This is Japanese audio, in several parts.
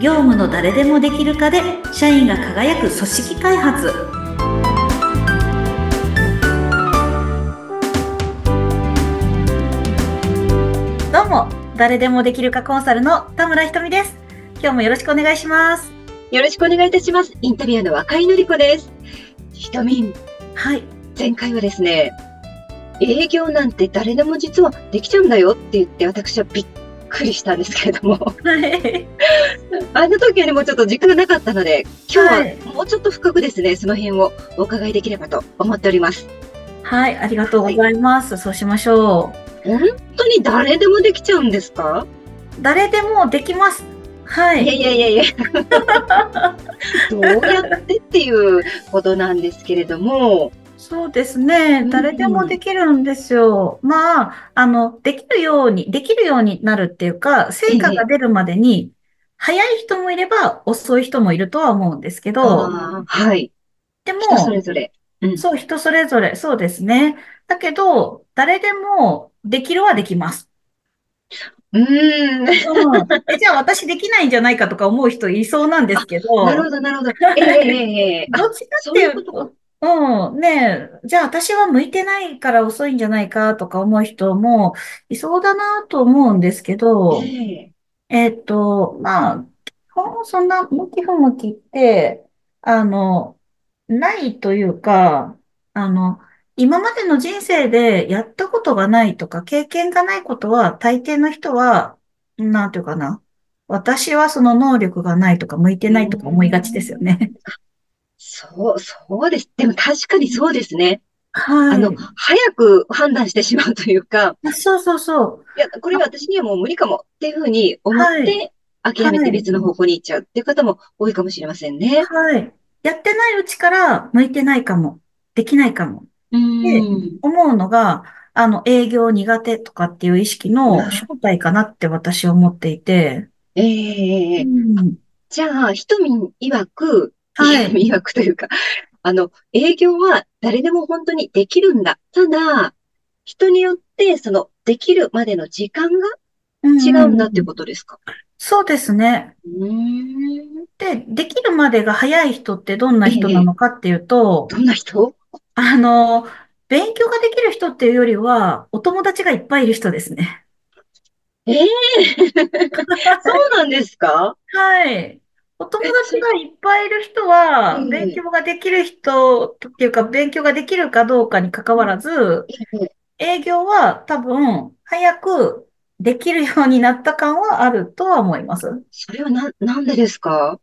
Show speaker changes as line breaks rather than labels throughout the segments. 業務の誰でもできる化で社員が輝く組織開発どうも誰でもできる化コンサルの田村ひとみです今日もよろしくお願いします
よろしくお願いいたします。インタビュアーの若井のり子です。ひとみん、
はい
前回はですね、営業なんて誰でも実はできちゃうんだよって言って、私はびっくりしたんですけれども、
はい
あの時よりもちょっと時間がなかったので、今
はい
日はもうちょっと深くですね、その辺をお伺いできればと思っております。
はいありがとうございます、そうしましょ
本当に誰でもできちゃうんですか、
う誰でもできますはい
い、やいやいや いや、どうやってっていうことなんですけれども、
そうですね
うん。
誰でもできるんですよ。まあ、あの、できるように、できるようになるっていうか、成果が出るまでに、早い人もいれば、遅い人もいるとは思うんですけど、
あーはい、
でも、
人それぞれ。うん
そう、人それぞれ、そうですね。だけど、誰でも、できるはできます。
うーん、
うんえじゃあ、私できないんじゃないかとか思う人いそうなんですけ ど、
なるほど、なるほど。ええええええあ
どっちかっていう
そういう
と、うん、ねえ、じゃあ私は向いてないから遅いんじゃないかとか思う人もいそうだなと思うんですけど、
え
えっと、まあ、基本そんな向き不向きって、あの、ないというか、あの、今までの人生でやったことがないとか、経験がないことは、大抵の人は、なんていうかな、私はその能力がないとか、向いてないとか思いがちですよね。
そう、そうです。でも確かにそうですね。
は
あ
い。
の、早く判断してしまうというか、
あそうそうそう。
いや、これは私にはもう無理かもっていうふうに思って、諦めて別の方向に行っちゃうっていう方も多いかもしれませんね。
はい。やってないうちから向いてないかも、できないかも、
うーん。
思うのが、あの、営業苦手とかっていう意識の正体かなって私は思っていて。
ええええ
うん
じゃあ、ひとみん曰く、
はい
ひとみん曰くというか、あの、営業は誰でも本当にできるんだ。ただ、人によって、その、できるまでの時間が違うんだっていうことですか
そうですね。
うーん。
で、できるまでが早い人ってどんな人なのかっていうと、
どんな人
あの、勉強ができる人っていうよりは、お友達がいっぱいいる人ですね。
え えそうなんですか
はい。お友達がいっぱいいる人は、
うん
勉強ができる人っていうか、勉強ができるかどうかに関わらず、営業は多分、早くできるようになった感はあるとは思います。
それはな、なんでですか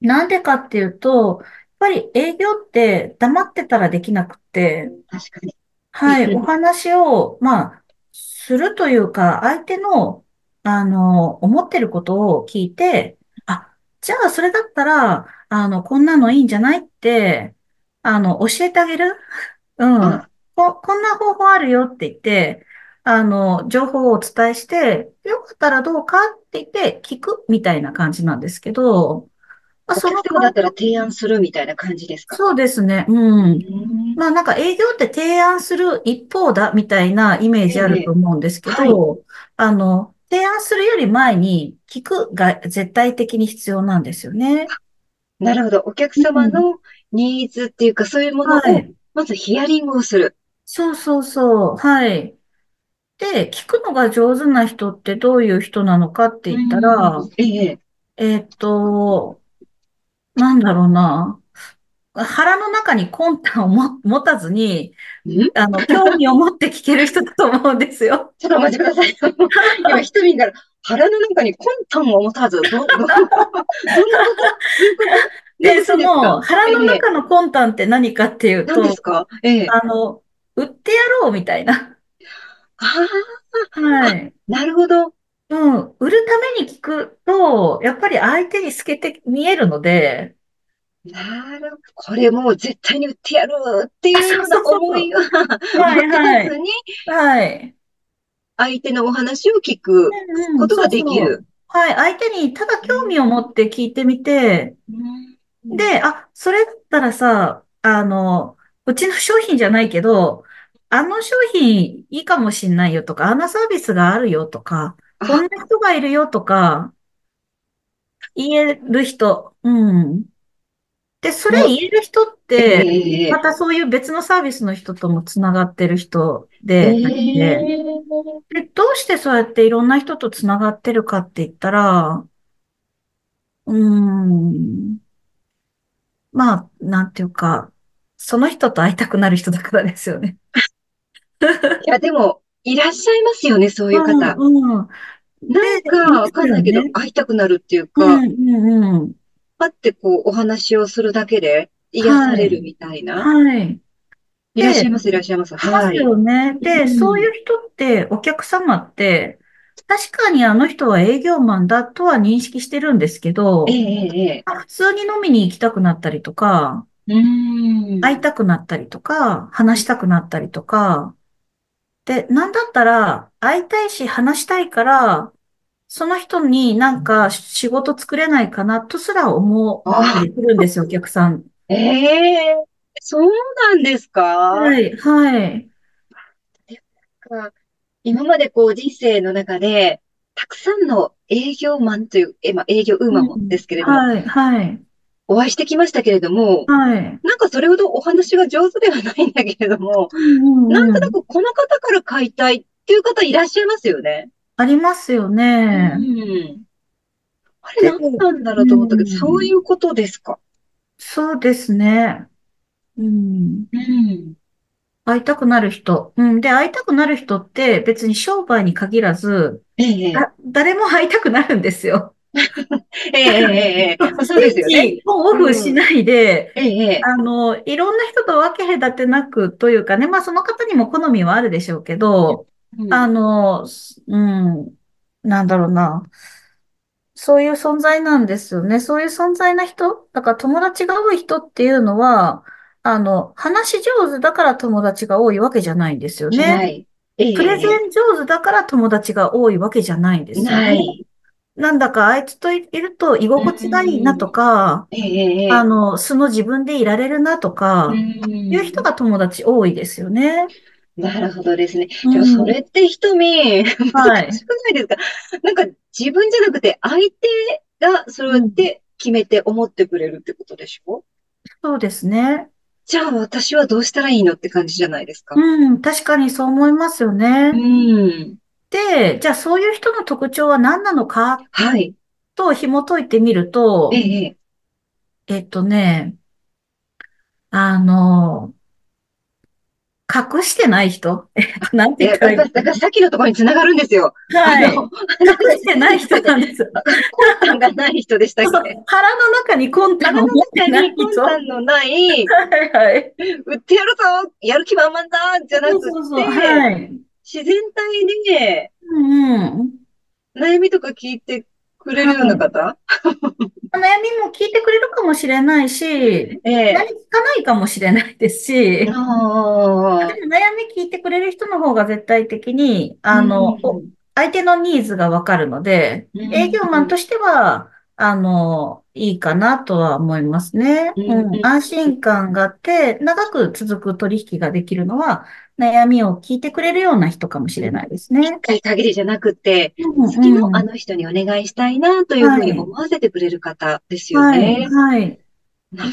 なんでかっていうと、やっぱり営業って黙ってたらできなくて、
確かに。
は
う
い、
ん
お話を、まあ、するというか、相手の、あの、思ってることを聞いて、あ、じゃあそれだったら、あの、こんなのいいんじゃないって、あの、教えてあげるうん
あ。
こ、こんな方法あるよって言って、あの、情報をお伝えして、よかったらどうかって言って、聞くみたいな感じなんですけど、まあ、
お
その
客様だったら提案するみたいな感じですか
そうですね。うん。
うーん
まあなんか営業って提案する一方だみたいなイメージあると思うんですけ
ええ
ど、あの、提案するより前に聞くが絶対的に必要なんですよね。
なるほど。お客様のニーズっていうか、そういうものを
は、い。
まずヒアリングをする。
そうそうそう。はい。で、聞くのが上手な人ってどういう人なのかって言ったら、
ええ。
えーっと、なんだろうな。腹の中に魂胆をも持たずに、
ん
あの、興味を持って聞ける人だと思うんですよ。
ちょっとお待ちく ださい。今、ひとみんから腹の中に魂胆を持たず、ど、ど、どんなことどういう
で、
こと
その、腹の中の魂胆って何かっていう
何
と
で、すかええ。
あの、売ってやろうみたいな。
あ
はい。
あ、なるほど。
うん。売るために聞くと、やっぱり相手に透けて見えるので、
なるほど。これもう絶対に売ってやるっていうような思いは
はいは
持たず
い。
に
はい。
相手のお話を聞くことができ
そうそう
る。
はい。相手にただ興味を持って聞いてみて、
うん、
で、あ、それだったらさ、あの、うちの商品じゃないけど、あの商品いいかもしんないよとか、あんなサービスがあるよとか、こんな人がいるよとか、言える人。うん。で、それ言える人っ
え
て、
え
またそういう別のサービスの人ともつながってる人
え
で、で、
え
でどうしてそうやっていろんな人とつながってるかって言ったら、うーん、まあ、なんていうか、その人と会いたくなる人だからですよね。
いや、でも、いらっしゃいますよね、そういう
うん、
方。
うん。
なん
で、い
か、
ま
わ
す
かんな
よ
いけど、
ね。
会いたくなるっていう
う
か、
ん、うん、うん。
パってこう、お話をするだけで癒さ
は
れる
い。
みたいな。
はい。
いらっしゃ
で、
います、いらっしゃいます。
います
はい。
よね。
う。
で、そうんいう人って、お客様って、確かにあの人は営業マンだとは認識してるんですけ
え
ど、
え、ええ。
まあ普通に飲みに行きたくなったりとか、
うーん。
会いたくなったりとか、話したくなったりとか、で、なんだったら、会いたいし話したいから、その人になんか仕事作れないかなとすら思った
あ
りするんですよ、お客さん。
ええそうなんですか
はい、はい。
でもなんか今までこう人生の中で、たくさんの営業マンという、え、まあ、営業ウーマ
う
ンもで
ん。
すけれども、
はい、はい、
お会いしてきましたけれども、
はい。
なんかそれほどお話が上手ではないんだけれども、
うん、う
な
ん、
ん
う。
となんくこの方から買いたいっていう方いらっしゃいますよね。
ありますよ
う
ね。
ん。あ
で、
れ何なんだろ
う、
うと思ったけど、そうんいうことですか。
そうですね。うん。
うん。
会いたくなる人。うん。で、会いたくなる人って別に商売に限らず、
ええ、
あ、誰も会いたくなるんですよ。
ええ、ええ、ええ、まあ、
ス
そうですよね。
イッチオンオフ
う
し
ん。
ないで、
ええ、ええ。
あの、いろんな人と分け隔てなくというかね、まあその方にも好みはあるでしょうけど、
う
あ
ん。
の、すうん、なんだろうな。そういう存在なんですよね。そういう存在な人、だから友達が多い人っていうのは、あの、話し上手だから友達が多いわけじゃないんですよ
じゃ
ね。
ない。ええ、
プレゼ
え
ン上手だから友達が多いわけじゃないんで
え、
すよ
な
ね。
い。
なんだかあいつといると居
う。
心地がいいなんとか、
ええ、え
あ
え。
の、素の自分でいられるなと
う
か、いう人
ん。
が友達多いですよね。
なるほどですね。
う
でもそ
ん。
れって瞳、難
はい。
しくないですかなんか自分じゃなくて相手がそうれっ
ん。
て決めて思ってくれるってことでしょ
そうですね。
じゃあ私はどうしたらいいのって感じじゃないですか。
うん。確かにそう思いますよ
う
ね。
ん。
で、じゃあそういう人の特徴は何なのか
はい。
と紐解いてみる
え
と、
え、
えっとね、あの、隠してない人。 えっと、なん
え
て言っ
え、
た
だ
らいい
か
のか
ら、だからさっきのところにつながるんですよ。
な。
あ
は
の、
い。
なん
隠
か自
して
分
ない
の
人
中
な
で、
んです。
あ魂胆がない人でしたっ
そう、
け
腹の中に魂
腹
胆を
の
持って
中
ない
に魂
人。は
胆のない、
いはい。
売ってやるぞやる気満々だじゃな
そう
くっ
そうそう、
て、
はい。
自然体で、
うんうん。
悩みとか聞いてくれるよう
は。
ない方
悩みも聞いてくれるかもしれないし、
え
何
え。
聞かないかもしれないですし、
ああ、
でも悩み聞いてくれる人の方が絶対的に、
う
あの、お
ん、
相手のニーズがわかるので、
う
営業マンと
ん、
しては、あの、いいかなとは思いますね。
う、
うんん。安心感があって、長く続く取引ができるのは、悩みを聞いてくれるような人かもしれないです
一
ね。
回限りじゃなくて、
うん
次も
う
あ
ん。
の人にお願いしたいなというふ
は
うに
い。
思わせてくれる方ですよ
はい、
ね。
はい。
なる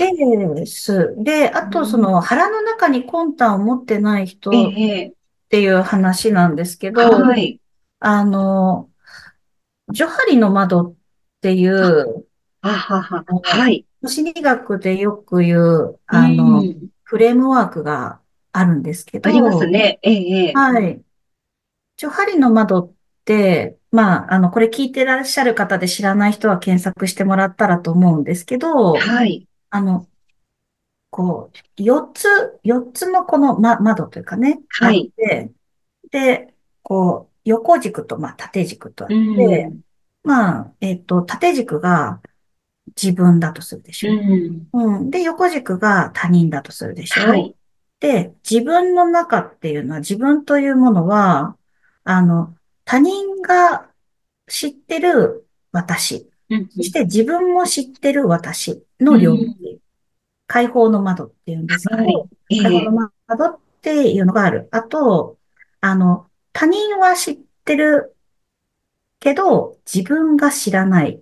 です。で、あ
ほ
と、そ
ど。
の腹の中に魂胆を持ってない
え
人っ
え、
ていう話なんですけど、
はい。
あの、ジョハリの窓ってい
あ、
う、
あはは、
あの
はい。
心理学でよく言う、
う
あの、
ん、
フレームワークがあるんですけ
あります
ど、
ね。ええ、
はい。ジョハリの窓って、まあ、あの、これ聞いてらっしゃる方で知らない人は検索してもらったらと思うんですけど、
はい。
あの、こう、四つ、四つのこの、ま、窓というかね、あ
は
っ
い。
て、で、こう、横軸と、まあ、縦軸とあ
う
って、
ん、
まあ、えっと、縦軸が自分だとするでし
う
ょ。
ん、
うん。で、横軸が他人だとするでし
は
ょ。
い。
で、自分の中っていうのは、自分というものは、あの、他人が知ってる私、
うん、
そして自分も知ってる私
う
の領
ん、
域。開放の窓っていうんですけ
はい。
ど、
え
開放の
え、
窓っていうのがある。あと、あの、他人は知ってるけど、自分が知らない。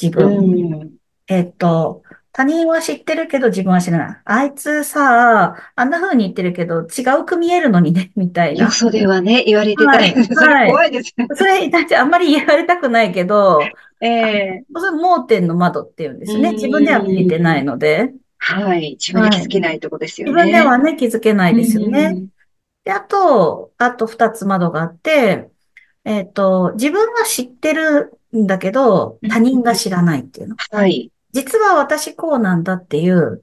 自
う
分。
ん。
えっと、他人は知ってるけど自分は知らない。あいつさ、あんな風に言ってるけど違うく見えるのにね、 みたい
よ
な。
そではね、言われてた
は
り
い、
それ怖いですね。
それに対してあんまり言われたくないけど、
ええ
それ盲点の窓っていうんですよね。
うん
自分では見えてないので。
はい。自分で気づけないってことですよ
自
ね。
分ではね、気づけないですよね。
うん
で、あと、あと二つ窓があって、えっと、自分は知ってるんだけど、他人が知らないっていうの。
はい。
実は私こうなんだっていう、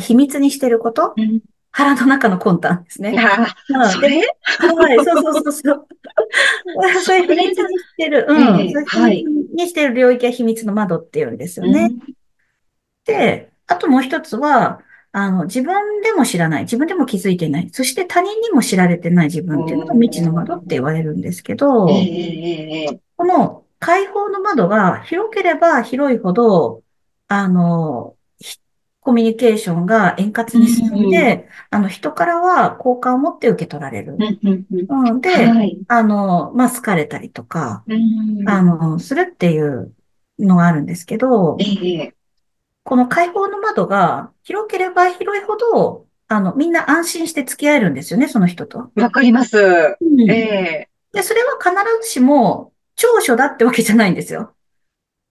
秘密にしてること
うん
腹の中の魂胆ですね。
ああ、
うん
そ
で
れ
はい、そうそうそうそう。 それ秘密にしてる、うん。
ええ
そ
は
れ
い
秘密にしてる領域は秘密の窓って言うんですよね。で、あともう一つは、あの、自分でも知らない、自分でも気づいてない、そして他人にも知られてない自分っていうのが未知の窓って言われるんですけど、
ええええ
この開放の窓が広ければ広いほど、あの、ひコミュニケーションが円滑に進んで、あの、人からは好感を持って受け取られる。
うんうんうん
うん、で、
はい。
あの、まあ、好かれたりとか、
うん
あの、するっていうのがあるんですけど
え、え
この開放の窓が広ければ広いほど、あの、みんな安心して付き合えるんですよね、その人と。
わかります。え
で、
え
それは必ずしも長所だってわけじゃないんですよ。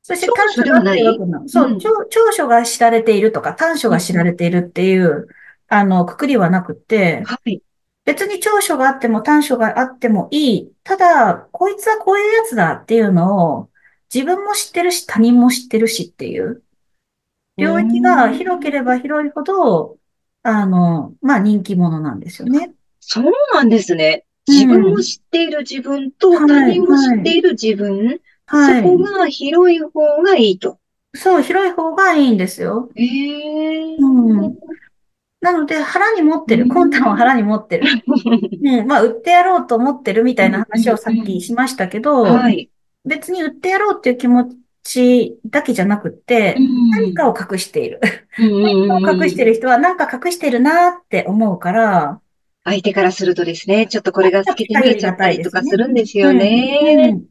そして短所だってわけなの。そうう、
ん
長長所が知られているとか短所が知られているっていう、あの、くくりはなくて、
はい。
別に長所があっても短所があってもいい。ただ、こいつはこういうやつだっていうのを、自分も知ってるし、他人も知ってるしっていう。領域が広ければ広いほど、あの、まあ、人気者なんですよね。
そうなんですね。
うん
自分も知っている自分と
はい
他人も知っている自分、
は
そこ
い。
が広い方がいいと。
そう、広い方がいいんですよ。
ええ
うんなので、腹に持ってる。魂胆を腹に持って る。うん、まあ、売ってやろうと思ってるみたいな話をさっきしましたけど、
はい。
別に売ってやろうっていう気持ちだけじゃなくって、何かを隠している。何かを隠して
る。
る人は何か隠してるなって思うから、
相手からするとですね、ちょっとこれが透けて見えちゃったりとかするんです
う
よ
んう
ね。
ん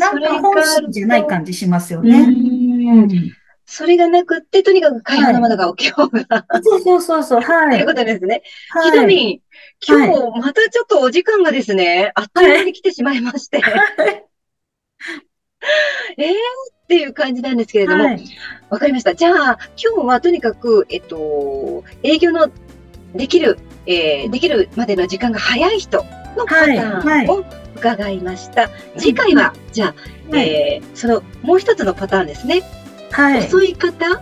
なんか本心じゃない感じしますよ
それが
ね。
あると
う
うんんそれがなくって、とにかく会話の窓が起きようが、
そうそうそうそう、は
と
い。
いうことですね。ひ
は
ど
い。
みん、今日またちょっとお時間がですね、あっという間に来てしまいまして、えーっていう感じなんですけれども、
は
わ
い。
かりました。じゃあ、今日はとにかく、えっと、営業のできる、えーできるまでの時間が早い人のパタ
はいは
ー
い
ンを伺いました。次回は、じゃあ、
はい
えーそのもう一つのパターンですね。
はい。
遅い方を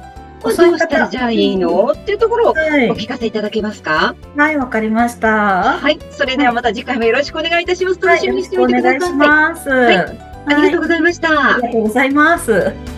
どうしたらじゃあいいのっていうところを
はい
お。聞かせいただけますか
はい、わかりました。
はい。それではまた次回もよろしくお願いいたします。
は
楽
い、
し
よ
み
ろ
に
し
して
く
お
お
いてくだ
願
さ
い
い。
します。はい
ありがとうございました。
ありがとうございます。